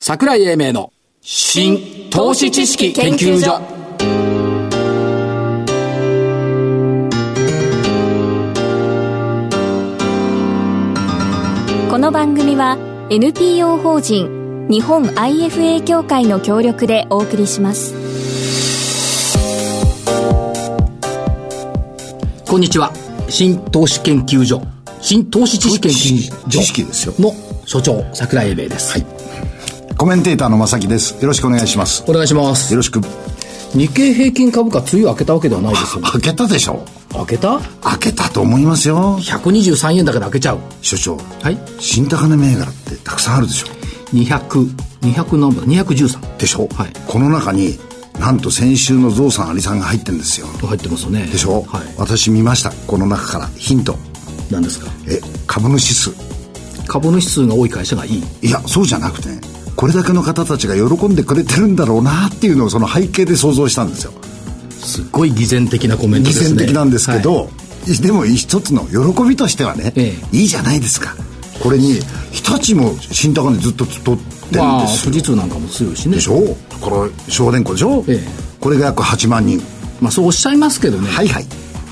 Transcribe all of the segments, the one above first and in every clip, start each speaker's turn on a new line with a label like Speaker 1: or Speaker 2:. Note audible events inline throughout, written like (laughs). Speaker 1: 桜井英明の新投資知識研究所
Speaker 2: この番組は NPO 法人日本 IFA 協会の協力でお送りします
Speaker 1: こんにちは新投資研究所新投資知識研究所
Speaker 3: 知識ですよ
Speaker 1: の所長桜井英明です、
Speaker 3: コメンテーターの正木です。よろしくお願いします。
Speaker 1: お願いします
Speaker 3: よろしく。
Speaker 1: 日経平均株価梅雨明けたわけではないですよね
Speaker 3: 開けたでしょ
Speaker 1: 明けた
Speaker 3: 開けたと思いますよ。
Speaker 1: 123円だから開けちゃう
Speaker 3: 所長。
Speaker 1: はい
Speaker 3: 新高値銘柄ってたくさんあるでしょ
Speaker 1: 200200何本だ213
Speaker 3: でしょ
Speaker 1: はい
Speaker 3: この中に、なんと先週のゾウさん、アリさんが入ってんですよ。
Speaker 1: 入ってますよね
Speaker 3: でしょ
Speaker 1: はい
Speaker 3: 私見ました。この中から。ヒント。
Speaker 1: 何ですか
Speaker 3: え、株主数。
Speaker 1: 株主数が多い会社がいい
Speaker 3: いや、そうじゃなくてね、これだけの方たちが喜んでくれてるんだろうなっていうのをその背景で想像したんですよ。
Speaker 1: すっごい偽善的なコメント
Speaker 3: 偽
Speaker 1: ですね
Speaker 3: 善的なんですけ
Speaker 1: はい
Speaker 3: ど、でも一つの喜びとしてはね、
Speaker 1: え
Speaker 3: いいじゃないですかこれに日立も新高値ずっと取ってるんですよ、
Speaker 1: まあ富士通なんかも強いしね
Speaker 3: でしょこれ省電工でしょ、
Speaker 1: ええ
Speaker 3: これが約8万人
Speaker 1: まあそうおっしゃいますけどね、
Speaker 3: はいはい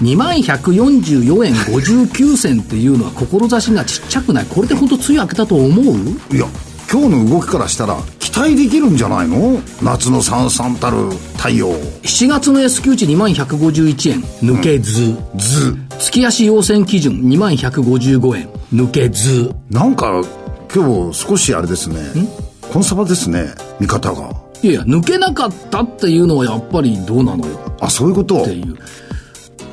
Speaker 1: 2万144円59銭っていうのは志がちっちゃくないこれで本当梅雨明けたと思う
Speaker 3: いや今日の動きからしたら期待できるんじゃないの夏のさんさんたる太陽
Speaker 1: 7月の S q 値2万151円抜けず、
Speaker 3: ず
Speaker 1: 月足要請基準2万155円抜けず
Speaker 3: なんか今日少しあれですねコンサバですね見方が
Speaker 1: いやいや抜けなかったっていうのはやっぱりどうなのよ
Speaker 3: あそういうこと
Speaker 1: っていう。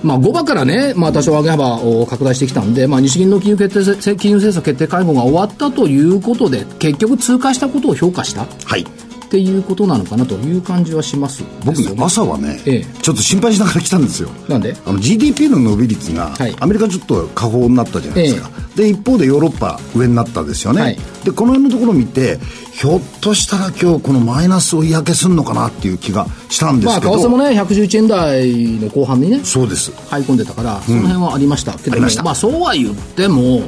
Speaker 1: まあ、5番からね、まあ、多少上げ幅を拡大してきたんで、まあ、日銀の金融決定せ、金融政策決定会合が終わったということで、結局通過したことを評価したっ
Speaker 3: はい
Speaker 1: ていうことなのかなという感じはします。
Speaker 3: 僕
Speaker 1: です
Speaker 3: ね
Speaker 1: よ
Speaker 3: 朝はね、
Speaker 1: ええ
Speaker 3: ちょっと心配しながら来たんですよ
Speaker 1: なんで
Speaker 3: あの GDP の伸び率が、
Speaker 1: はい
Speaker 3: アメリカちょっと下方になったじゃないですか、で一方でヨーロッパ上になったですよね、
Speaker 1: はい
Speaker 3: でこの辺のところを見てひょっとしたら今日このマイナスを嫌気するのかなっていう気がしたんで
Speaker 1: ますあ、
Speaker 3: け
Speaker 1: 為
Speaker 3: ど、
Speaker 1: 替もね、111円台の後半にね、
Speaker 3: そうです
Speaker 1: 入り込んでたから、その辺はありましたけど
Speaker 3: あ
Speaker 1: も、
Speaker 3: りました
Speaker 1: まあ、そうは言っても、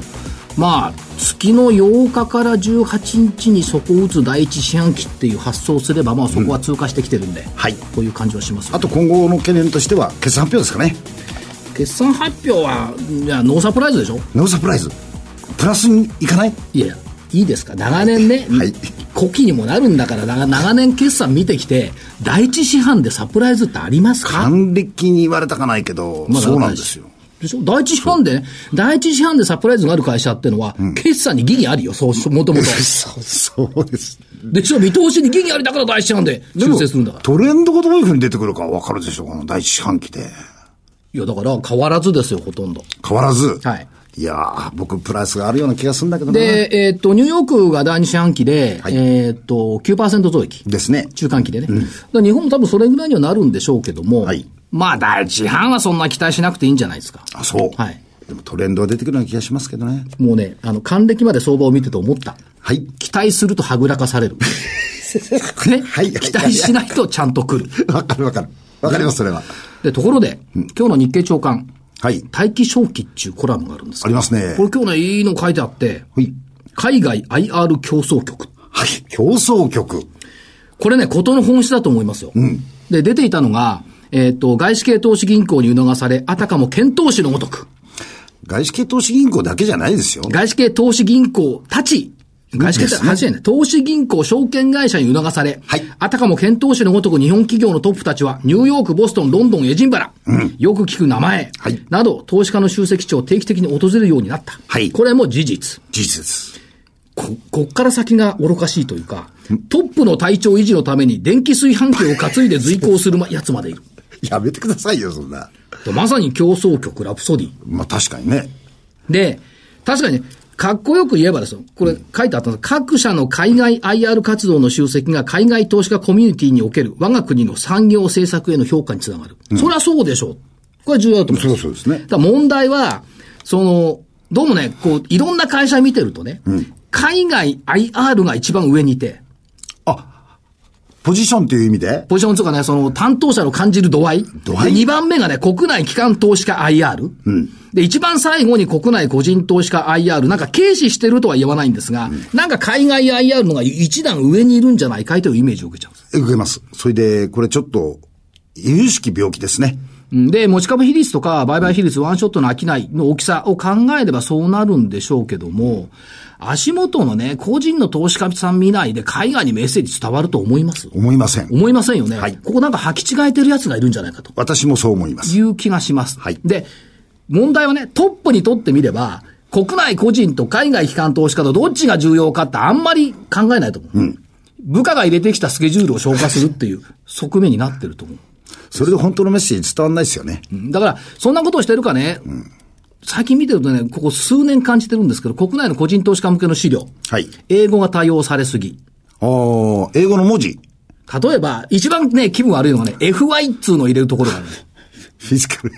Speaker 1: まあ、月の8日から18日にそこを打つ第一四半期っていう発想をすれば、まあ、そこは通過してきてるんで、
Speaker 3: はい
Speaker 1: こういう感じはしますよね
Speaker 3: あと今後の懸念としては決算発表ですかね
Speaker 1: 決算発表はいやノーサプライズでしょ
Speaker 3: ノーサプライズプラスにいかない
Speaker 1: いやいやいいですか長年ね、
Speaker 3: はい
Speaker 1: 古希にもなるんだから長長年決算見てきて第一四半でサプライズってありますか
Speaker 3: 還暦に言われたかないけど、
Speaker 1: まだ
Speaker 3: そうなんですよ
Speaker 1: でしょ第一四半でね、第一四半でサプライズがある会社ってのは、決算に疑義あるよ、そう、も
Speaker 3: (laughs)
Speaker 1: ともと。
Speaker 3: そうそうです
Speaker 1: でしょ見通しに疑義ありだから第一四半で
Speaker 3: で
Speaker 1: 修
Speaker 3: も
Speaker 1: 正するんだから。
Speaker 3: トレンドがどういうふうに出てくるか分かるでしょこの第一四半期で。
Speaker 1: いや、だから変わらずですよ、ほとんど。
Speaker 3: 変わらず。
Speaker 1: はい。
Speaker 3: いやー、僕、プラスがあるような気がするんだけどね。
Speaker 1: で、えーっと、ニューヨークが第二四半期で、
Speaker 3: はい
Speaker 1: えーっと、9%増益。
Speaker 3: ですね。
Speaker 1: 中間期でね。だから日本も多分それぐらいにはなるんでしょうけども、
Speaker 3: はい
Speaker 1: まあ第一版はそんな期待しなくていいんじゃないですか。
Speaker 3: あ、そう。
Speaker 1: はい。
Speaker 3: でもトレンドは出てくるような気がしますけどね。
Speaker 1: もうね、あの、還暦まで相場を見てて思った。
Speaker 3: はい。 (laughs)
Speaker 1: 期待するとはぐらかされる。ね、
Speaker 3: はい
Speaker 1: 期待しないとちゃんと来る。
Speaker 3: わかるわかる。わかります、それは。
Speaker 1: で、ところで、今日の日経長官、
Speaker 3: はい。
Speaker 1: 待機消期っていうコラムがあるんです
Speaker 3: ありますね
Speaker 1: こ。れ今日ね、いいの書いてあって、
Speaker 3: はい。
Speaker 1: 海外 IR 競争局。
Speaker 3: はい。競争局。
Speaker 1: これね、ことの本質だと思いますよ。で、出ていたのが、えーっ、と、外資系投資銀行に促され、あたかも検討士のごとく、
Speaker 3: 外資系投資銀行だけじゃないですよ。
Speaker 1: 外資系投資銀行たち、外資系って
Speaker 3: ですね
Speaker 1: 話じゃない、投資銀行証券会社に促され、
Speaker 3: はい
Speaker 1: あたかも検討士のごとく日本企業のトップたちは、ニューヨーク、ボストン、ロンドン、エジンバラ、よく聞く名前、
Speaker 3: はい
Speaker 1: など、投資家の集積地を定期的に訪れるようになった。
Speaker 3: はい
Speaker 1: これも事実。
Speaker 3: 事実です。
Speaker 1: こ、こっから先が愚かしいというか、トップの体調維持のために電気炊飯器を担いで随行するまやつまでいる。
Speaker 3: やめてくださいよ、そんな。
Speaker 1: とまさに競争曲、ラプソディ。
Speaker 3: まあ確かにね。
Speaker 1: で、確かにね、かっこよく言えばですよ。これ書いてあったの。各社の海外 IR 活動の集積が海外投資家コミュニティにおける我が国の産業政策への評価につながる。そりゃそうでしょう。これは重要だと思います。
Speaker 3: そうそうですね
Speaker 1: だから問題は、その、どうもね、こう、いろんな会社見てるとね、海外 IR が一番上にいて、
Speaker 3: あ、ポジションっていう意味で
Speaker 1: ポジションとかね、その担当者の感じる度合い。
Speaker 3: 度合い
Speaker 1: で二番目がね、国内機関投資家 IR。で、一番最後に国内個人投資家 IR。なんか軽視してるとは言わないんですが、なんか海外 IR のが一段上にいるんじゃないかいというイメージを受けちゃうんです。
Speaker 3: 受けます。それで、これちょっと、有識病気ですね。
Speaker 1: うんで、持ち株比率とか売買比率、ワンショットの商いの大きさを考えればそうなるんでしょうけども、足元のね、個人の投資家さん見ないで海外にメッセージ伝わると思います
Speaker 3: 思いません。
Speaker 1: 思いませんよね。
Speaker 3: はい
Speaker 1: ここなんか履き違えてる奴がいるんじゃないかと。
Speaker 3: 私もそう思います。
Speaker 1: いう気がします。
Speaker 3: はい
Speaker 1: で、問題はね、トップにとってみれば、国内個人と海外機関投資家とどっちが重要かってあんまり考えないと思う。部下が入れてきたスケジュールを消化するっていう側面になってると思う。
Speaker 3: それで本当のメッセージ伝わんないですよね。
Speaker 1: うんだから、そんなことをしてるかね、最近見てるとね、ここ数年感じてるんですけど、国内の個人投資家向けの資料。
Speaker 3: はい
Speaker 1: 英語が多用されすぎ。
Speaker 3: あー英語の文字。
Speaker 1: 例えば、一番ね、気分悪いのがね、FY っつうのを入れるところがあるの。
Speaker 3: フィジカル。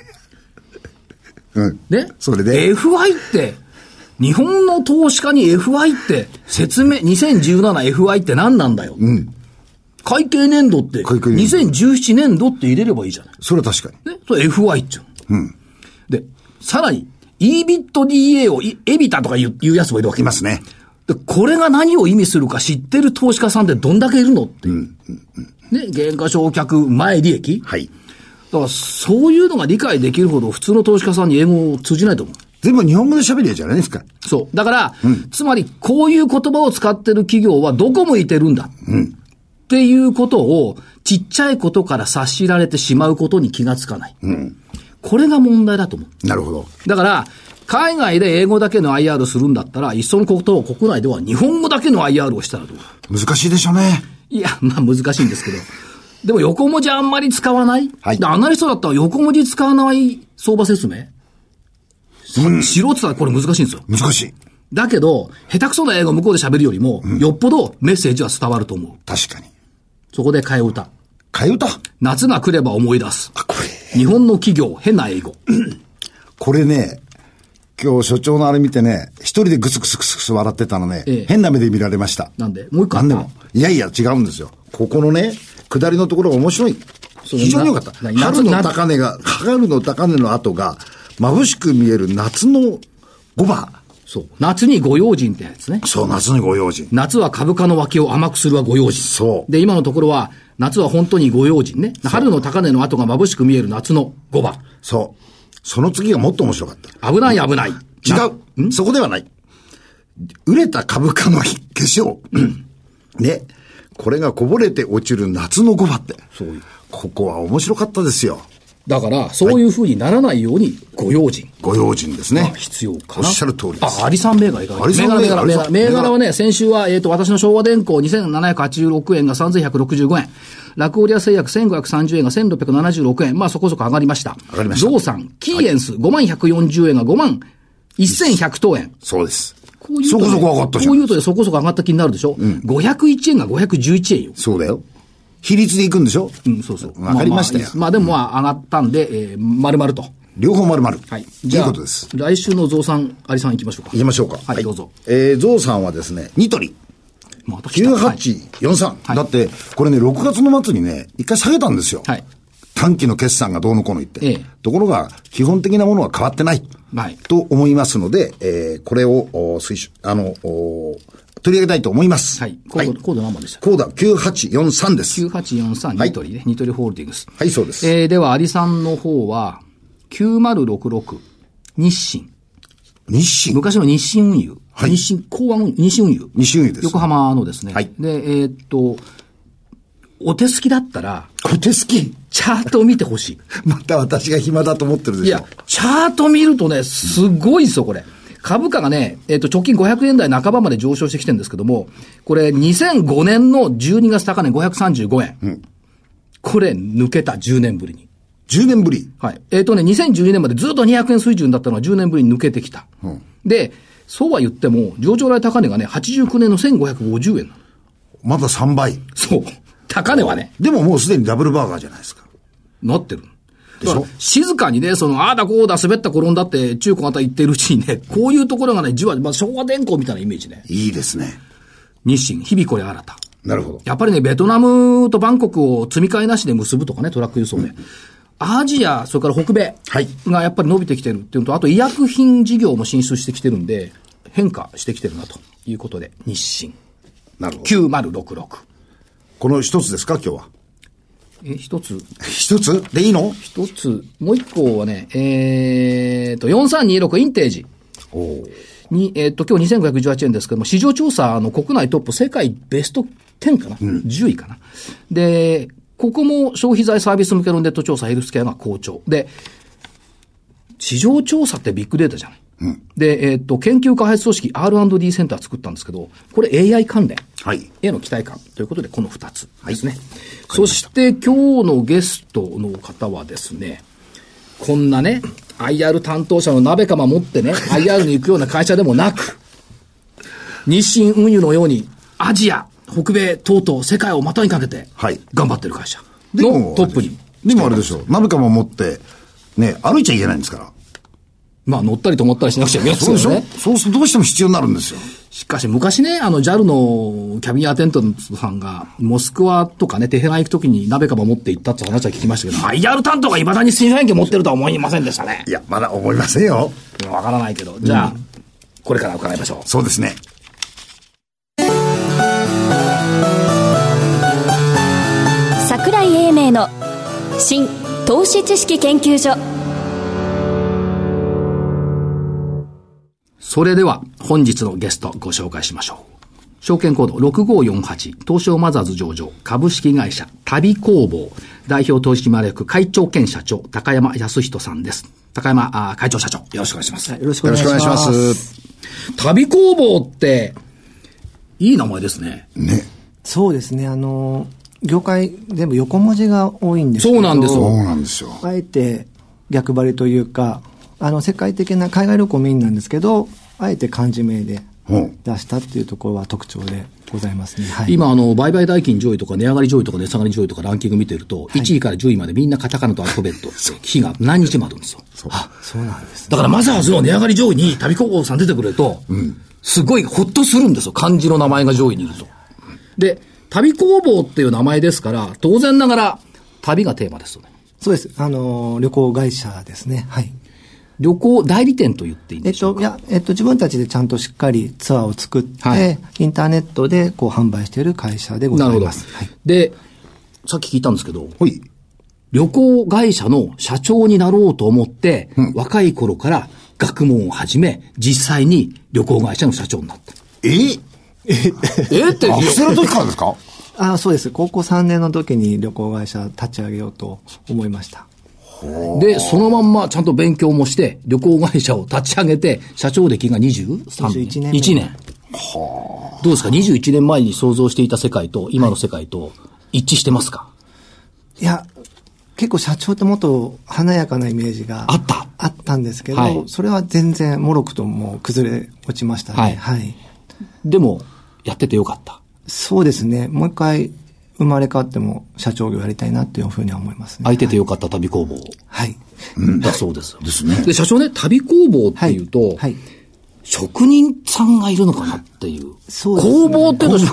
Speaker 3: うん。
Speaker 1: ね。
Speaker 3: それで
Speaker 1: FI って、日本の投資家に FI って、説明、2017FI って何なんだよ。会計年度って、
Speaker 3: 会計年度
Speaker 1: 2017年度って入れればいいじゃない。
Speaker 3: それは確かに。
Speaker 1: ね。それ FI っちゃう。で、さらに、EBITDA をいエビタとか言う言うやつもいるわけ。
Speaker 3: いますね。
Speaker 1: で、これが何を意味するか知ってる投資家さんってどんだけいるのっていう。ね、減価償却前利益。
Speaker 3: はい。
Speaker 1: だから、そういうのが理解できるほど、普通の投資家さんに英語を通じないと思う。
Speaker 3: 全部日本語で喋りゃいいじゃないですか。
Speaker 1: そう。だから、つまり、こういう言葉を使ってる企業はどこ向いてるんだ。っていうことを、ちっちゃいことから察しられてしまうことに気がつかない。これが問題だと思う。
Speaker 3: なるほど。
Speaker 1: だから、海外で英語だけの IR するんだったら、いっそのことを国内では日本語だけの IR をしたらどう
Speaker 3: 難しいでしょうね。
Speaker 1: いや、まあ難しいんですけど。でも横文字あんまり使わない、
Speaker 3: はい
Speaker 1: でアナリストだったら横文字使わない相場説明、しろって言ったらこれ難しいんですよ。
Speaker 3: 難しい。
Speaker 1: だけど、下手くそな英語を向こうで喋るよりも、よっぽどメッセージは伝わると思う。
Speaker 3: 確かに。
Speaker 1: そこで替え歌。
Speaker 3: 替え歌
Speaker 1: 夏が来れば思い出す。
Speaker 3: あ、これ。
Speaker 1: 日本の企業、変な英語。
Speaker 3: これね、今日所長のあれ見てね、一人でグスグスグスグス笑ってたのね、
Speaker 1: ええ
Speaker 3: 変な目で見られました。
Speaker 1: なんで、もう一個あ
Speaker 3: な
Speaker 1: っ
Speaker 3: ん
Speaker 1: た
Speaker 3: でも。いやいや、違うんですよ。ここのね、下りのところが面白い。
Speaker 1: そう
Speaker 3: 非常に良かった。
Speaker 1: なな
Speaker 3: 春の高値が、春の高値の後が、眩しく見える夏の5番。
Speaker 1: そう。夏にご用心ってやつね。
Speaker 3: そう、夏のご用心。
Speaker 1: 夏は株価の脇を甘くするはご用心。
Speaker 3: そう
Speaker 1: で、今のところは、夏は本当にご用心ね。春の高値の後が眩しく見える夏の5番。
Speaker 3: そう。その次がもっと面白かった。
Speaker 1: 危ない危ない。
Speaker 3: 違う。そこではない。売れた株価の化粧。ね。これがこぼれて落ちる夏の5番って。ここは面白かったですよ。
Speaker 1: だから、そういう風にならないように、ご用心。
Speaker 3: ご用心です
Speaker 1: が
Speaker 3: ね。
Speaker 1: 必要か
Speaker 3: おっ
Speaker 1: な。
Speaker 3: しゃる通りです。
Speaker 1: あ、アリさん銘柄いかがですか
Speaker 3: アリ
Speaker 1: 銘
Speaker 3: さ
Speaker 1: 柄、
Speaker 3: ん銘
Speaker 1: 銘
Speaker 3: 柄
Speaker 1: 柄。銘柄はね、先週は、えっ、と、私の昭和電工2786円が3165円。ラクオリア製薬1530円が1676円。まあそこそこ上がりました。
Speaker 3: 上がりました
Speaker 1: ゾウさん、キーエンス5140円が5万1100等円。
Speaker 3: そうです。
Speaker 1: こういう
Speaker 3: そ
Speaker 1: とね
Speaker 3: こそこ上がったじゃ
Speaker 1: こうい
Speaker 3: ん。
Speaker 1: うとねそこそこ上がった気になるでしょ、う ?501 円が511円よ。
Speaker 3: そうだよ。比率でいくんでしょ
Speaker 1: うん、そうそう。
Speaker 3: わかりましたよ
Speaker 1: あ。まあでもまあ上がったんで、えー、丸々と。
Speaker 3: 両方丸々。
Speaker 1: はい。
Speaker 3: いいことです。。
Speaker 1: 来週の増産、アリさん行きましょうか。
Speaker 3: 行きましょうか。
Speaker 1: はい、どうぞ。。
Speaker 3: えー、ゾウさんはですね、ニトリ。
Speaker 1: また来たはい
Speaker 3: 9843、
Speaker 1: はい
Speaker 3: だって、これね、6月の末にね、一回下げたんですよ。
Speaker 1: はい
Speaker 3: 短期の決算がどうのこうの言って。
Speaker 1: ええ
Speaker 3: ところが、基本的なものは変わってない。
Speaker 1: はい
Speaker 3: と思いますので、えーこれを、お推奨、あの、お取り上げたいと思います。
Speaker 1: はい。コード、コード何番でした
Speaker 3: コーダ9843です。
Speaker 1: 9843ニトリね、ニトリホールディングス。
Speaker 3: はい、そうです。
Speaker 1: えー、では、アリさんの方は、9066、日清。
Speaker 3: 日清。
Speaker 1: 昔の日清運輸。
Speaker 3: はい
Speaker 1: 日清、港湾運輸、日清運輸。
Speaker 3: 日清運輸です
Speaker 1: 横浜のですね。
Speaker 3: はい
Speaker 1: で、えーっと、お手すきだったら、
Speaker 3: 小手好き。
Speaker 1: チャートを見てほし
Speaker 3: また私が暇だと思ってる
Speaker 1: い。い
Speaker 3: でしょ。
Speaker 1: や、チャート見るとね、すごいですよ、これ。株価がね、えーっと、直近500円台半ばまで上昇してきてるんですけども、これ、2005年の12月高値535円。これ、抜けた、10年ぶりに。
Speaker 3: 10年ぶり。
Speaker 1: はい。えっ、とね、2012年までずっと200円水準だったのは10年ぶりに抜けてきた。で、そうは言っても、上場来高値がね、89年の1550円なの。
Speaker 3: まだ3倍。
Speaker 1: そう。高値はね、
Speaker 3: でももうすでにダブルバーガーじゃないですか。
Speaker 1: なってる。
Speaker 3: でしょ
Speaker 1: だから静かにね、その、ああだこうだ、滑った転んだって、中古型言ってるうちにね、 (laughs) こういうところがね、じわ、まあ、昭和電工みたいなイメージね。
Speaker 3: いいですね。
Speaker 1: 日清、日々これ新た。
Speaker 3: なるほど。
Speaker 1: やっぱりね、ベトナムとバンコクを積み替えなしで結ぶとかね、トラック輸送で。アジア、それから北米
Speaker 3: はい
Speaker 1: がやっぱり伸びてきてるっていうのと、あと医薬品事業も進出してきてるんで、変化してきてるなということで、日清
Speaker 3: なるほど。
Speaker 1: 9066。
Speaker 3: この一つですか、今日は。
Speaker 1: え、一つ、
Speaker 3: 一つでいいの
Speaker 1: 一つ、もう一個はね、えーと、4326インテージ。
Speaker 3: おお。
Speaker 1: に、えっ、と、今日2518円ですけども、市場調査の国内トップ、世界ベスト10かな、?10 位かなで、ここも消費財サービス向けのネット調査、ヘルスケアが好調。で、市場調査ってビッグデータじゃない、で、えっ、と、研究開発組織 R&D センター作ったんですけど、これ AI 関連。
Speaker 3: はい。
Speaker 1: への期待感ということで、この2つですね。そして今日のゲストの方はですね、こんなね、IR 担当者の鍋釜持ってね、IR
Speaker 3: (laughs)
Speaker 1: に行くような会社でもなく、日清運輸のように、アジア、北米等々、世界を股にかけて
Speaker 3: はい、
Speaker 1: 頑張ってる会社のトップに。
Speaker 3: でもあれでしょ。鍋かも持って、ね、歩いちゃいけないんですから。
Speaker 1: まあ、乗ったり止まったりしなくちゃいけないです
Speaker 3: そう
Speaker 1: よ
Speaker 3: でしょ、
Speaker 1: ね。
Speaker 3: そうするとどうしても必要になるんですよ。
Speaker 1: しかし昔ね、あの JAL のキャビンアテンダントさんが、モスクワとかね、テヘラン行くときに鍋かば持って行ったって話は聞きましたけど、IR 担当がいまだに水産権持ってるとは思いませんでしたね
Speaker 3: い。や、まだ思いませんよ。
Speaker 1: わからないけど、じゃあ、これから伺いましょう。
Speaker 3: そうですね。
Speaker 2: 桜井英明の新投資知識研究所
Speaker 1: それでは、本日のゲストご紹介しましょう。証券コード6548、東証マザーズ上場、株式会社、旅工房、代表投資マ役会長兼社長、高山康人さんです。高山あ会長社長、よろしくお願いします。
Speaker 4: よろしく
Speaker 3: よ
Speaker 4: お
Speaker 3: ろ
Speaker 4: 願い
Speaker 3: し
Speaker 4: し
Speaker 3: くお願
Speaker 4: ま
Speaker 3: い
Speaker 4: す。
Speaker 3: します。
Speaker 1: 旅工房って、いい名前ですね。
Speaker 3: ね。
Speaker 4: そうですね、あの、業界全部横文字が多いんですけど
Speaker 1: そうなんです
Speaker 3: そう
Speaker 1: よ
Speaker 3: なんですよ。
Speaker 4: あえて逆張りというか、あの、世界的な海外旅行メインなんですけど、あえて漢字名で
Speaker 3: うん
Speaker 4: 出したっていうところは特徴でございますね。はい。
Speaker 1: 今、あの、売買代金上位とか、値上がり上位とか、値下がり上位とか、ランキング見てると、1位から10位までみんなカタカナとアルファベット、日が何日もあるんですよ。
Speaker 4: そうなんです。
Speaker 1: だから、マザーズの値上がり上位に旅工房さん出てくれると、すごいほっとするんですよ。漢字の名前が上位にいると。で、旅工房っていう名前ですから、当然ながら、旅がテーマですよね。
Speaker 4: そうです。あの、旅行会社ですね。はい。
Speaker 1: 旅行代理店と言っていいん
Speaker 4: えっ
Speaker 1: でしょう
Speaker 4: と、いや、えっと、自分たちでちゃんとしっかりツアーを作って、
Speaker 1: はい
Speaker 4: インターネットでこう販売している会社でご
Speaker 1: なる
Speaker 4: ざ
Speaker 1: ほ
Speaker 4: い
Speaker 1: ど
Speaker 4: ます。はい。。
Speaker 1: で、さっき聞いたんですけど、
Speaker 3: ほい。
Speaker 1: 旅行会社の社長になろうと思って、若い頃から学問を始め、実際に旅行会社の社長になった。
Speaker 3: え
Speaker 1: (laughs) えって
Speaker 3: 学生の時からですか
Speaker 4: ああ、そうです。高校3年の時に旅行会社立ち上げようと思いました。
Speaker 1: で、そのまんまちゃんと勉強もして、旅行会社を立ち上げて、社長歴が23年。
Speaker 4: 21年目
Speaker 1: 1年。どうですか ?21 年前に想像していた世界と、今の世界と、一致してますか、
Speaker 4: いや、結構社長ってもっと華やかなイメージが
Speaker 1: あった
Speaker 4: あったんですけど、
Speaker 1: はい
Speaker 4: それは全然もろくともう崩れ落ちましたね。
Speaker 1: はい
Speaker 4: はい。
Speaker 1: でも、やっててよかった。
Speaker 4: そうですね。もう一回生まれ変わっても社長業やりたいなっていうふうには思いますね。
Speaker 1: 空いててよかった旅工房
Speaker 4: はい。
Speaker 1: だそうです。ですね。で、社長ね、旅工房っていうと、
Speaker 4: はい。はい
Speaker 1: 職人さんがいるのかなっていう。
Speaker 4: そうですね
Speaker 1: 工房っていうと、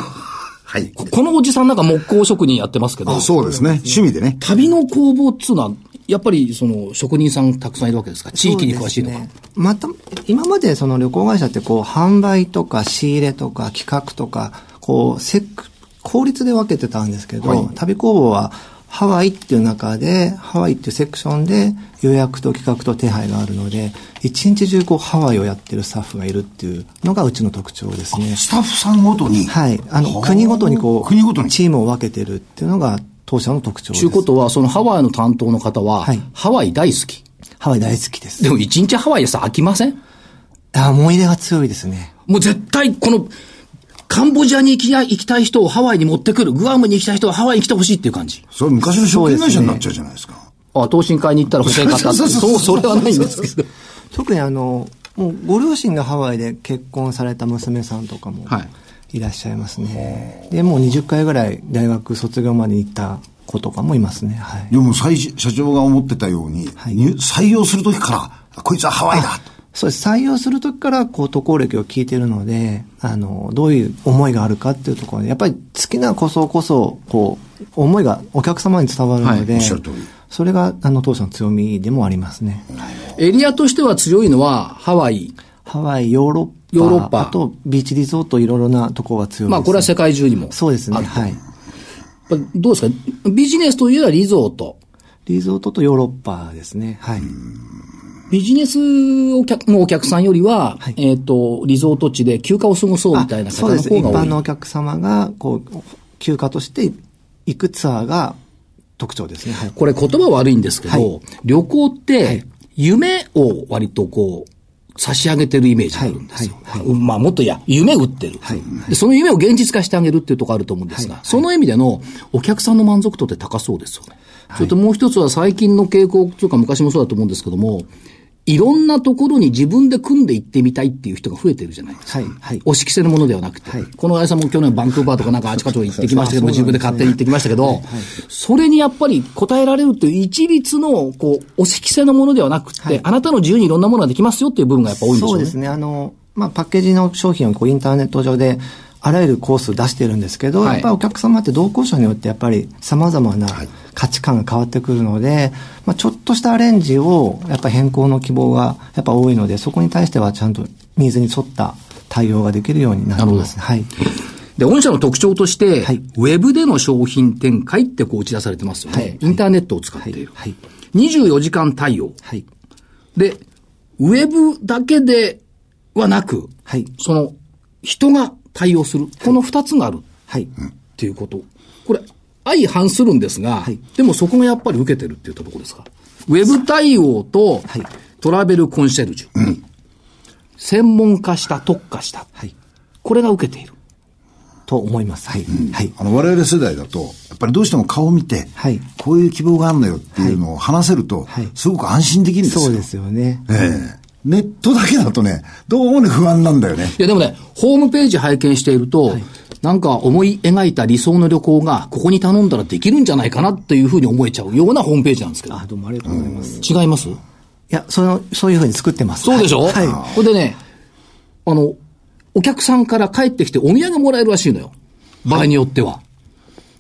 Speaker 3: はい。
Speaker 1: (laughs) ここのおじさんなんか木工職人やってますけど
Speaker 3: あ、、そうですね。趣味でね。
Speaker 1: 旅の工房っつうのは、やっぱりその職人さんたくさんいるわけですか地域に詳しいのか。
Speaker 4: そうですねまた、今までその旅行会社ってこう、販売とか仕入れとか企画とか、こう、せっ効率で分けてたんですけど、旅工房はハワイっていう中で、ハワイっていうセクションで予約と企画と手配があるので、一日中こう、ハワイをやってるスタッフがいるっていうのがうちの特徴ですね。
Speaker 3: スタッフさんごとに。
Speaker 4: はい。あ
Speaker 3: はあ
Speaker 4: の、国ごとにこう、
Speaker 3: 国ごとに。
Speaker 4: チームを分けてるっていうのが当社の特徴で
Speaker 1: ちゅ
Speaker 4: す
Speaker 1: う。ことは、そのハワイの担当の方は、
Speaker 4: はい
Speaker 1: ハワイ大好き。
Speaker 4: ハワイ大好きです
Speaker 1: で。も一日ハワイでさ、飽きません
Speaker 4: あ思い出が強いですね。
Speaker 1: もう絶対、この、カンボジアに行きたい行きたい人をハワイに持ってくる、グアムに行きたい人はハワイに来てほしいっていう感じ。
Speaker 3: それ昔の証券会社になっちゃうじゃないですか。
Speaker 1: あ、等身会に行ったら欲しい方って。
Speaker 3: そうそう
Speaker 1: (laughs) そ、
Speaker 3: そうう
Speaker 1: それはないんですけど。
Speaker 4: 特にあの、もうご両親がハワイで結婚された娘さんとかも
Speaker 1: はい
Speaker 4: いらっしゃいますね。で、もう20回ぐらい大学卒業まで行った子とかもいますね。はい。
Speaker 3: でも最初社長が思ってたように、
Speaker 4: はい
Speaker 3: 入採用する時から、あこいつはハワイだと。
Speaker 4: そうです。採用するときから、こう、渡航歴を聞いてるので、あの、どういう思いがあるかっていうところで、やっぱり好きなこそこそ、こう、思いがお客様に伝わるので、
Speaker 3: はいおっしゃる通り
Speaker 4: それが、あの、当社の強みでもありますね。
Speaker 1: (laughs) エリアとしては強いのはハワイ。
Speaker 4: ハワイ、ヨーロッパ、
Speaker 1: ヨーロッパ
Speaker 4: あと、ビーチリゾート、いろいろなところが強いです、
Speaker 1: まあこれは世界中にも。
Speaker 4: そうですね。は
Speaker 1: や
Speaker 4: い。
Speaker 1: っぱどうですかビジネスというよりはリゾート。
Speaker 4: リゾートとヨーロッパですね。はい。
Speaker 1: ビジネスお客のお客さんよりは、
Speaker 4: はい
Speaker 1: えっ、と、リゾート地で休暇を過ごそうみたいな
Speaker 4: あ
Speaker 1: 方
Speaker 4: そう
Speaker 1: の
Speaker 4: ですね。
Speaker 1: 方が
Speaker 4: 一
Speaker 1: 多
Speaker 4: 般
Speaker 1: い。
Speaker 4: のお客様が、こう、休暇として行くツアーが特徴ですね。はい。
Speaker 1: これ言葉悪いんですけど、
Speaker 4: はい
Speaker 1: 旅行って、夢を割とこう、差し上げてるイメージがあるんですよ。
Speaker 4: はいは
Speaker 1: まあもっといや、夢売ってる、
Speaker 4: はい
Speaker 1: でその夢を現実化してあげるっていうところあると思うんですが、その意味でのお客さんの満足度って高そうですよね。それともう一つは最近の傾向というか昔もそうだと思うんですけども、いろんなところに自分で組んで行ってみたいっていう人が増えてるじゃないですか。
Speaker 4: はい。はい。
Speaker 1: お式せのものではなくて、
Speaker 4: はい
Speaker 1: この会社も去年バンクーバーとかなんかあちこち行ってきましたけども、自分で勝手に行ってきましたけど、それにやっぱり応えられるという一律の、こう、お式せのものではなくて、あなたの自由にいろんなものができますよっていう部分がやっぱ多いんでしょ
Speaker 4: そうう
Speaker 1: ね。
Speaker 4: ですね。あの、まあ、パッケージの商品をこうインターネット上で、あらゆるコース出してるんですけど、
Speaker 1: はい
Speaker 4: やっぱりお客様って同行者によってやっぱり様々な価値観が変わってくるので、まあ、ちょっとしたアレンジをやっぱ変更の希望がやっぱ多いので、そこに対してはちゃんとニーズに沿った対応ができるようになってますね。はい。
Speaker 1: で、御社の特徴として、
Speaker 4: はい
Speaker 1: ウェブでの商品展開ってこう打ち出されてますよね。
Speaker 4: はい
Speaker 1: インターネットを使っている。
Speaker 4: はい。
Speaker 1: 24時間対応。
Speaker 4: はい。
Speaker 1: で、ウェブだけではなく、
Speaker 4: はい
Speaker 1: その、人が対応する。この二つがある。
Speaker 4: はい。
Speaker 1: っていうこと。これ、相反するんですが、
Speaker 4: い
Speaker 1: でもそこがやっぱり受けてるっていうところですか。ウェブ対応と、
Speaker 4: はい
Speaker 1: トラベルコンシェルジュ、専門化した、特化した。
Speaker 4: はい。
Speaker 1: これが受けている。
Speaker 4: と思います。はい。はい。
Speaker 3: あの、我々世代だと、やっぱりどうしても顔を見て、
Speaker 4: はい
Speaker 3: こういう希望があるのよっていうのを話せると、
Speaker 4: はい
Speaker 3: すごく安心できるんですよ。
Speaker 4: そうですよね。
Speaker 3: ええネットだけだとね、どうもね不安なんだよね。
Speaker 1: いやでもね、ホームページ拝見していると、なんか思い描いた理想の旅行が、ここに頼んだらできるんじゃないかなっていうふうに思えちゃうようなホームページなんですけど。
Speaker 4: あ、どうもありがとうございます。い
Speaker 1: 違います
Speaker 4: や、その、そういうふうに作ってます。
Speaker 1: そうでしょ
Speaker 4: はい。
Speaker 1: これでね、あの、お客さんから帰ってきてお土産もらえるらしいのよ。場合によっては。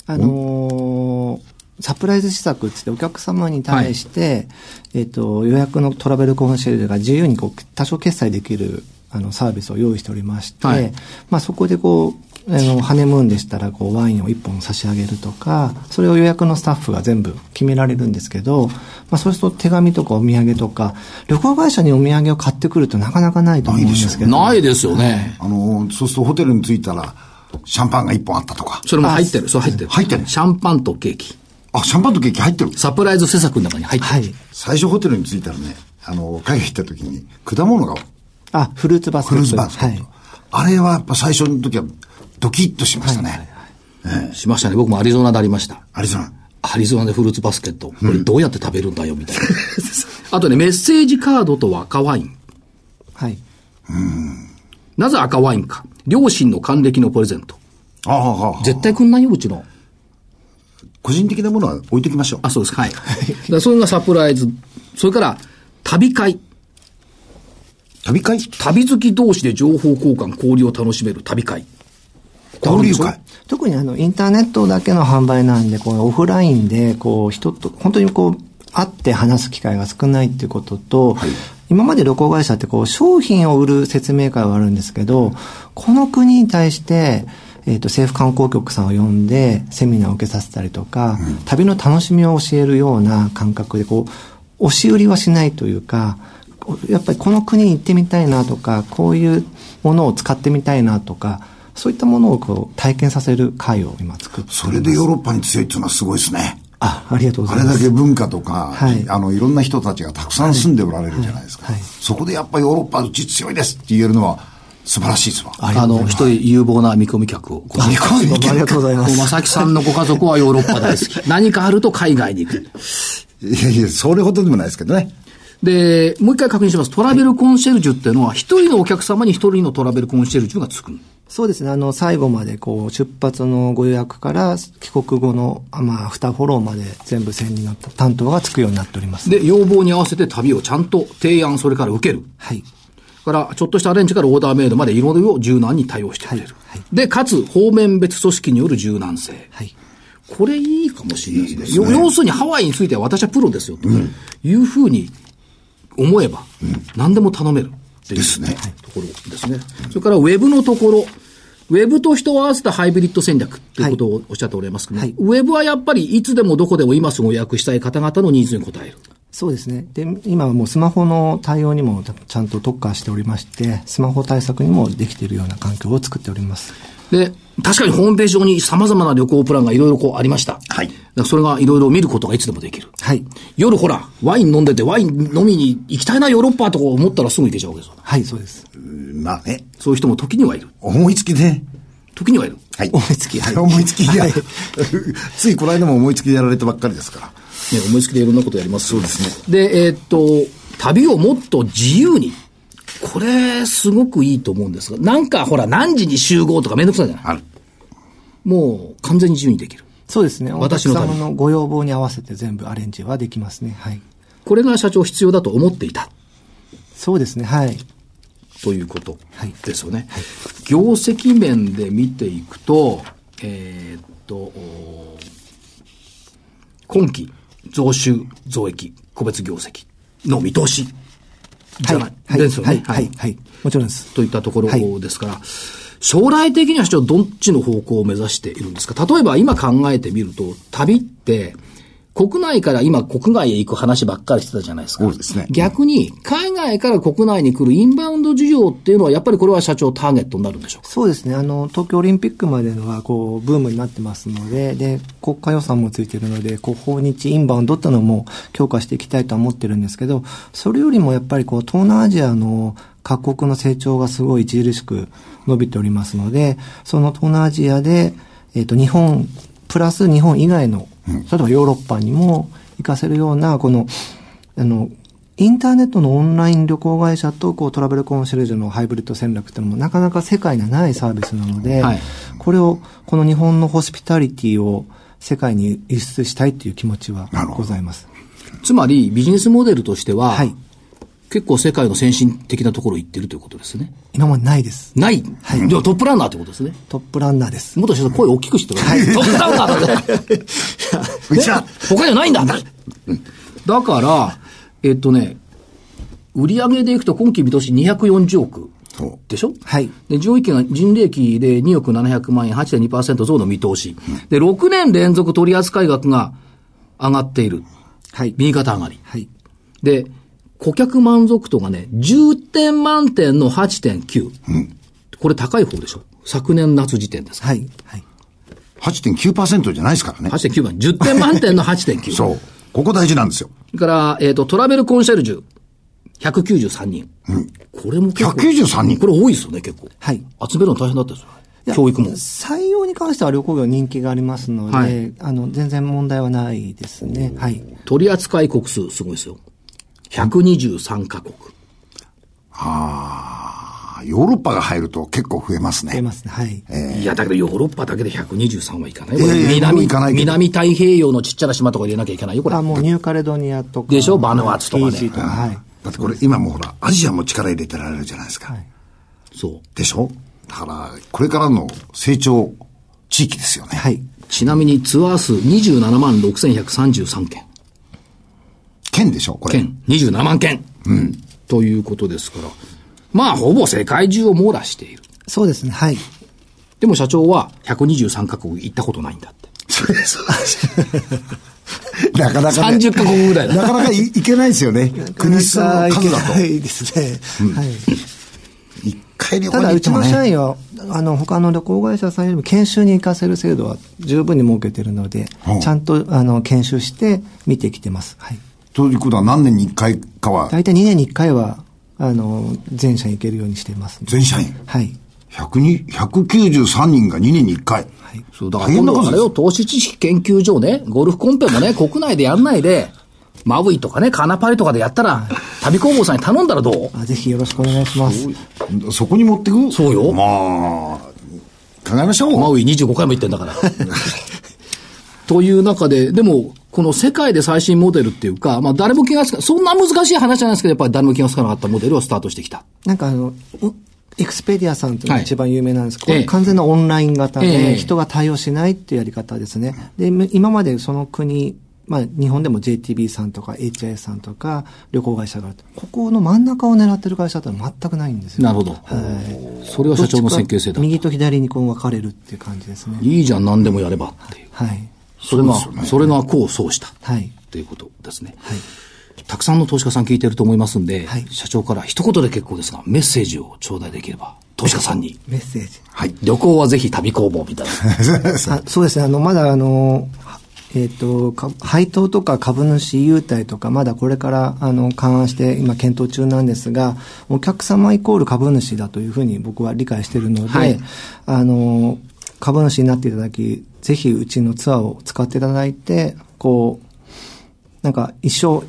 Speaker 4: あのーサプライズ施策ってってお客様に対して、えっ、と、予約のトラベルコンシェルジュが自由にこう、多少決済できる、あの、サービスを用意しておりまして、
Speaker 1: はい
Speaker 4: まあそこでこう、あの、ハネムーンでしたら、こう、ワインを1本差し上げるとか、それを予約のスタッフが全部決められるんですけど、まあそうすると手紙とかお土産とか、旅行会社にお土産を買ってくるとなかなかないと思うんですけど。
Speaker 1: ないですよね。
Speaker 3: あの、そうするとホテルに着いたら、シャンパンが一本あったとか。
Speaker 1: それも入ってる。そう入ってる。
Speaker 3: 入ってる
Speaker 1: シャンパンとケーキ。
Speaker 3: あ、シャンパンとケーキ入ってる。
Speaker 1: サプライズ施策の中に入ってる。
Speaker 4: はい。
Speaker 3: 最初ホテルに着いたらね、あの、海外行った時に、果物が
Speaker 4: あ、フルーツバスケッ
Speaker 3: フルーツ
Speaker 4: ト。
Speaker 3: バスケット。
Speaker 4: はい。
Speaker 3: あれはやっぱ最初の時は、ドキッとしましたね。
Speaker 1: しましたね。僕もアリゾナでありました。
Speaker 3: アリゾナ。
Speaker 1: アリゾナでフルーツバスケット。これどうやって食べるんだよ、みたい (laughs) な。あとね、メッセージカードと赤ワイン。
Speaker 4: はい。
Speaker 1: なぜ赤ワインか。両親の還暦のプレゼント。
Speaker 3: ああああ、ああ
Speaker 1: 絶対くんないよ、うちの。
Speaker 3: 個人的なものは置いときましょう。
Speaker 1: あ、そうですか。はい。だからそれがサプライズ。それから、旅会。
Speaker 3: 旅会
Speaker 1: 旅好き同士で情報交換、交流を楽しめる旅会。
Speaker 3: 交流会。
Speaker 4: 特にあのインターネットだけの販売なんで、このオフラインでこう人と本当にこう会って話す機会が少ないっていうことと、今まで旅行会社ってこう商品を売る説明会はあるんですけど、この国に対して。えっと政府観光局さんを呼んでセミナーを受けさせたりとか、旅の楽しみを教えるような感覚でこう押し売りはしないというかやっぱりこの国に行ってみたいなとかこういうものを使ってみたいなとかそういったものをこう体験させる会を今作って
Speaker 3: それでヨーロッパに強いっていうのはすごいですね。
Speaker 4: あ、ありがとうご
Speaker 3: あ
Speaker 4: ざい
Speaker 3: れ
Speaker 4: ま
Speaker 3: だ
Speaker 4: す。
Speaker 3: け文化とか、
Speaker 4: はい
Speaker 3: あの、いろんな人たちがたくさん住んでおられるじゃないですか。
Speaker 4: はいはい
Speaker 3: そこでやっぱヨーロッパうち強いですって言えるのは素晴らしいですわ。
Speaker 4: あり
Speaker 1: あ
Speaker 4: がとう
Speaker 1: の、
Speaker 4: ございます
Speaker 1: 一人有望な見込み客をご紹介。
Speaker 3: (laughs)
Speaker 4: どうもありがとうございま。
Speaker 1: こうますさきさんのご家族はヨーロッパ大好き。何かあると海外に行く。
Speaker 3: いやいや、それほどでもないですけどね。
Speaker 1: で、もう一回確認します。トラベルコンシェルジュっていうのは、一人のお客様に一人のトラベルコンシェルジュがつく。
Speaker 4: そうですね、あの、最後まで、こう、出発のご予約から、帰国後の、あまあ、アフターフォローまで全部線になった担当がつくようになっております。
Speaker 1: で、要望に合わせて旅をちゃんと提案、それから受ける。
Speaker 4: はい。
Speaker 1: から、ちょっとしたアレンジからオーダーメイドまでいろいろ柔軟に対応してくれる。で、かつ、方面別組織による柔軟性。
Speaker 4: はい。
Speaker 1: これいいかもしれないですね。要要するにハワイについては私はプロですよ、というふうに思えば、何でも頼めるっていう
Speaker 3: ですね
Speaker 1: ところですね。それからウェブのところ、ウェブと人を合わせたハイブリッド戦略ということをおっしゃっておりますけども、
Speaker 4: はい
Speaker 1: ウェブはやっぱりいつでもどこでも今すぐ予約したい方々のニーズに応える。
Speaker 4: そうですね。で、今はもうスマホの対応にもたちゃんと特化しておりまして、スマホ対策にもできているような環境を作っております。
Speaker 1: で、確かにホームページ上に様々な旅行プランがいろいろこうありました。
Speaker 3: はい
Speaker 1: だからそれがいろいろ見ることがいつでもできる。
Speaker 4: はい。
Speaker 1: 夜ほら、ワイン飲んでてワイン飲みに行きたいなヨーロッパとか思ったらすぐ行けちゃうわけですよ。
Speaker 4: はい、そうです。
Speaker 3: まあね、
Speaker 1: そういう人も時にはいる。
Speaker 3: 思いつきでね。
Speaker 1: 時にはいる。
Speaker 3: はい。
Speaker 4: 思いつきはい
Speaker 3: 思いつきが、 (laughs) ついこの間も思いつきでやられたばっかりですから。
Speaker 1: ね、思いつきでいろんなことやります。そうですね。で、えーっと、旅をもっと自由に。これ、すごくいいと思うんですが、なんかほら、何時に集合とかめんどくさいじゃない
Speaker 3: ある。
Speaker 1: もう、完全に自由にできる。
Speaker 4: そうですね。お客
Speaker 1: 私のため
Speaker 4: 様のご要望に合わせて全部アレンジはできますね。はい。
Speaker 1: これが社長必要だと思っていた。
Speaker 4: そうですね。はい。
Speaker 1: ということですよね。業績面で見ていくと、えーっと、おー今期増収増益、個別業績の見通しじゃない、
Speaker 4: はい。
Speaker 1: ですよ
Speaker 4: は
Speaker 1: ね。
Speaker 4: い。はい。はい。もちろんです。
Speaker 1: といったところ
Speaker 4: はい
Speaker 1: ですから、将来的には社長どっちの方向を目指しているんですか例えば今考えてみると、旅って、国内から今国外へ行く話ばっかりしてたじゃないですか。
Speaker 3: そうですね
Speaker 1: 逆に、海外から国内に来るインバウンド需要っていうのは、やっぱりこれは社長ターゲットになるんでしょうか
Speaker 4: そうですね。あの、東京オリンピックまでのは、こう、ブームになってますので、で、国家予算もついてるので、こう、訪日インバウンドってのも強化していきたいとは思ってるんですけど、それよりもやっぱりこう、東南アジアの各国の成長がすごい著しく伸びておりますので、その東南アジアで、えっ、と、日本、プラス日本以外の、例えばヨーロッパにも行かせるような、この、あの、インターネットのオンライン旅行会社とこうトラベルコンシェルジュのハイブリッド戦略ってのもなかなか世界にはないサービスなので、
Speaker 1: はい
Speaker 4: これを、この日本のホスピタリティを世界に輸出したいという気持ちは
Speaker 3: なるほど
Speaker 4: ございます。
Speaker 1: つまり、ビジネスモデルとしては、
Speaker 4: はい。
Speaker 1: 結構世界の先進的なところに行ってるということですね。
Speaker 4: 今までないです。
Speaker 1: ない。ではトップランナーということですね。
Speaker 4: トップランナーです。
Speaker 1: 元社長声大きくしてください。トップランナーだ (laughs) ぜ。
Speaker 3: うちは、
Speaker 1: 他にはないんだだから、えっとね、売上でいくと今期見通し240億
Speaker 3: そう
Speaker 1: でしょ
Speaker 4: はい
Speaker 1: で、上位期が人利益で2億700万円、8.2%増の見通し。で、6年連続取扱額が上がっている。
Speaker 4: はい。
Speaker 1: 右肩上がり。
Speaker 4: はい。
Speaker 1: で、顧客満足度がね、10点満点の8.9。これ高い方でしょ昨年夏時点ですから。
Speaker 4: はい。はい。
Speaker 3: 8.9%じゃないですからね。
Speaker 1: 8.9番、10点満点の8.9。 (laughs)
Speaker 3: そう。ここ大事なんですよ。
Speaker 1: それから、えっ、と、トラベルコンシェルジュ、193人。これも結構。
Speaker 3: 193人
Speaker 1: これ多いですよね、結構。
Speaker 4: はい
Speaker 1: 集めるの大変だったですよ
Speaker 4: い
Speaker 1: ね。
Speaker 4: や
Speaker 1: 教育も。
Speaker 4: 採用に関しては旅行業人気がありますので、
Speaker 1: はい
Speaker 4: あの、全然問題はないですね。はい。
Speaker 1: 取扱い国数、すごいですよ。123カ国。
Speaker 3: ああ、ヨーロッパが入ると結構増えます
Speaker 4: 増え
Speaker 3: ね。
Speaker 4: ますね。はい。
Speaker 1: いや、だけどヨーロッパだけで123はいかない。
Speaker 3: ええもう
Speaker 1: 南
Speaker 3: いかないけど
Speaker 1: 南太平洋のちっちゃな島とか入れなきゃいけないよ、これ。
Speaker 4: あ、もうニューカレドニアとか。
Speaker 1: でしょバヌアツとかね
Speaker 4: フィジーはい。
Speaker 3: だってこれ今もほら、アジアも力入れてられるじゃないですか。
Speaker 4: はい
Speaker 1: そう。
Speaker 3: でしょだから、これからの成長地域ですよね。
Speaker 4: はい。
Speaker 1: ちなみにツアー数27万6133件。
Speaker 3: 県でしょこれ。
Speaker 1: 件、27万件。ということですから。まあ、ほぼ世界中を網羅している。
Speaker 4: そうですね。はい。
Speaker 1: でも社長は123カ国行ったことないんだって。
Speaker 3: それ、そうです。なかなか、ね。
Speaker 1: 30カ国ぐらいだ
Speaker 3: なかなかいいけないですよね。国数の数だと
Speaker 4: は。いですね。はい。
Speaker 3: 一回旅行
Speaker 4: た
Speaker 3: に
Speaker 4: だ、
Speaker 3: 行っ
Speaker 4: う
Speaker 3: て
Speaker 4: ち
Speaker 3: も
Speaker 4: の社
Speaker 3: ね。
Speaker 4: 員は、あの、他の旅行会社さんよりも研修に行かせる制度は十分に設けてるので
Speaker 3: うん、
Speaker 4: ちゃんと、あの、研修して見てきてます。はい。
Speaker 3: ということは何年に一回かは、
Speaker 4: 大体2年に1回は、あの、全社に行けるようにしていますね。
Speaker 3: 全社員。
Speaker 4: はい。
Speaker 3: 100に193人が2年に1回。
Speaker 1: そう、だから
Speaker 3: 大変
Speaker 1: 今
Speaker 3: な
Speaker 1: 度
Speaker 3: 数
Speaker 1: あれを投資知識研究所ね、ゴルフコンペもね、国内でやんないで、マウイとかね、カナパリとかでやったら、旅工房さんに頼んだらどう
Speaker 4: あぜひよろしくお願いします。
Speaker 3: ですそこに持ってく
Speaker 1: そうよ
Speaker 3: まあ、考えましょ
Speaker 1: (laughs)
Speaker 3: う。
Speaker 1: マウイ25回も行ってんだから。という中で、でも、この世界で最新モデルっていうか、まあ誰も気がつか、そんな難しい話じゃないですけど、やっぱり誰も気がつかなかったモデルをスタートしてきた。
Speaker 4: なんかあの、うエクスペディアさんというのが
Speaker 1: はい
Speaker 4: 一番有名なんですけど、
Speaker 1: ええ
Speaker 4: これ完全なオンライン型
Speaker 1: ええ
Speaker 4: で、人が対応しないっていうやり方ですね。で、む今までその国、まあ、日本でも JTB さんとか HIA さんとか旅行会社があると。ここの真ん中を狙ってる会社ってのは全くないんですよ。
Speaker 1: なるほど。それは社長の設計性だ。い
Speaker 4: 右と左にこう分かれるっていう感じですね。
Speaker 1: いじゃん、何でもやればっていう。
Speaker 4: はい。
Speaker 1: それが、それが功を奏した。
Speaker 4: はい。
Speaker 1: ということですね。
Speaker 4: はい。
Speaker 1: たくさんの投資家さん聞いてると思いますんで、
Speaker 4: はい
Speaker 1: 社長から一言で結構ですが、メッセージを頂戴できれば、投資家さんに。
Speaker 4: メッセージ。
Speaker 1: はい。旅行はぜひ旅工房みたいな。
Speaker 4: あそうですね、あの、まだあの、はえっ、と、か配当とか株主優待とか、まだこれから、あの、勘案して、今検討中なんですが、お客様イコール株主だというふうに僕は理解しているので、
Speaker 1: はい
Speaker 4: あの、株主になっていただき、ぜひうちのツアーを使っていただいて、こう、なんか一生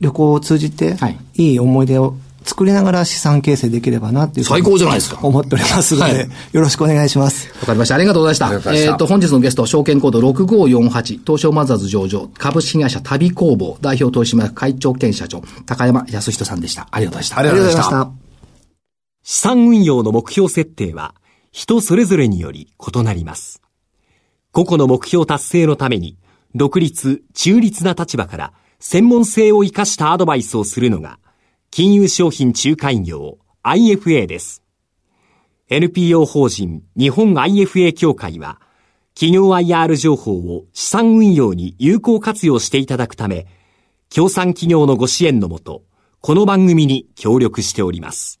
Speaker 4: 旅行を通じて
Speaker 1: はい、
Speaker 4: いい思い出を作りながら資産形成できればなっていうふうに
Speaker 1: 最高じゃないですか。
Speaker 4: 思っておりますので、
Speaker 1: はい
Speaker 4: よろしくお願いします。
Speaker 1: わかりました。ありがとうございました。えっ、と、本日のゲスト、証券コード6548、東証マザーズ上場、株式会社旅工房、代表取締役会長兼社長、高山康人さんでした。ありがとうございました。
Speaker 3: ありがとうございました。
Speaker 5: 資産運用の目標設定は人それぞれにより異なります。個々の目標達成のために独立、中立な立場から専門性を生かしたアドバイスをするのが金融商品仲介業 IFA です。NPO 法人日本 IFA 協会は企業 IR 情報を資産運用に有効活用していただくため、協賛企業のご支援のもと、この番組に協力しております。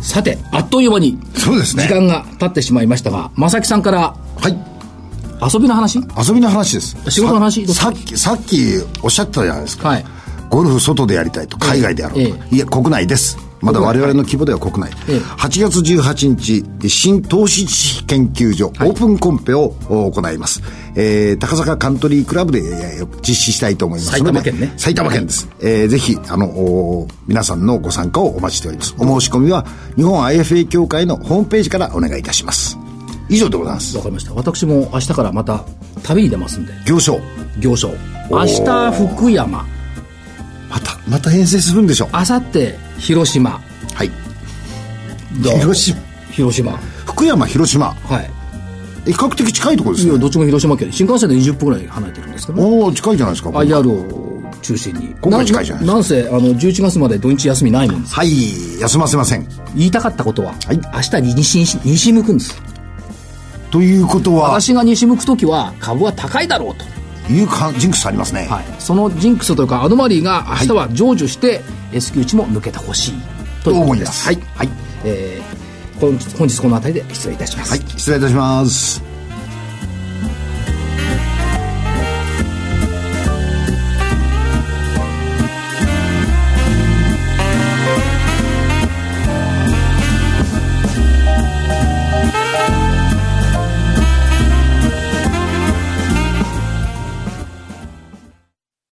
Speaker 1: さてあっという間に
Speaker 3: そうですね
Speaker 1: 時間が経ってしまいましたが正木さんから
Speaker 3: はい。
Speaker 1: 遊びの話
Speaker 3: 遊びの話です。
Speaker 1: 仕事の話
Speaker 3: ささっき、さっきおっしゃってたじゃないですか。
Speaker 1: はい
Speaker 3: ゴルフ外でやりたいと、海外でやろうと。
Speaker 1: え
Speaker 3: いや、国内です。まだ我々の規模では国内。
Speaker 1: ええ
Speaker 3: 8月18日、新投資知識研究所、オープンコンペをお行います。えー、高坂カントリークラブでえー実施したいと思いますので。
Speaker 1: 埼玉県ね
Speaker 3: 埼玉県です。えー、ぜひ、あの、お皆さんのご参加をお待ちしております。お申し込みは、日本 IFA 協会のホームページからお願いいたします。以上でございます
Speaker 1: わ。かりました私も明日からまた旅に出ますんで
Speaker 3: 行商。
Speaker 1: 行商明日福山
Speaker 3: また、また編成するんでしょう。
Speaker 1: 明後日広島
Speaker 3: はい。
Speaker 1: どう
Speaker 3: 広島。
Speaker 1: 広島
Speaker 3: 福山、広島。
Speaker 1: はい
Speaker 3: 比較的近いところです
Speaker 1: いや
Speaker 3: ね。
Speaker 1: どっちも広島県新幹線で20分ぐらい離れてるんですけどね
Speaker 3: おお近いじゃないですか。はい。
Speaker 1: IR を中心に
Speaker 3: 今回近いじゃない
Speaker 1: んんせあの11月まで土日休みないもんです
Speaker 3: 休ませません。
Speaker 1: 言いたかったことは、
Speaker 3: い
Speaker 1: 明日に西に西向くんです
Speaker 3: ということは、
Speaker 1: 私が西向く時は株は高いだろうと、
Speaker 3: いうかジンクスありますね。
Speaker 1: そのジンクスというかアノマリーが明日は成就して S q 値も抜けてほしいということですは
Speaker 3: と思
Speaker 1: い
Speaker 3: います
Speaker 1: はいえー、本日本日この辺りで失礼いたします、
Speaker 3: はい、失礼いたします。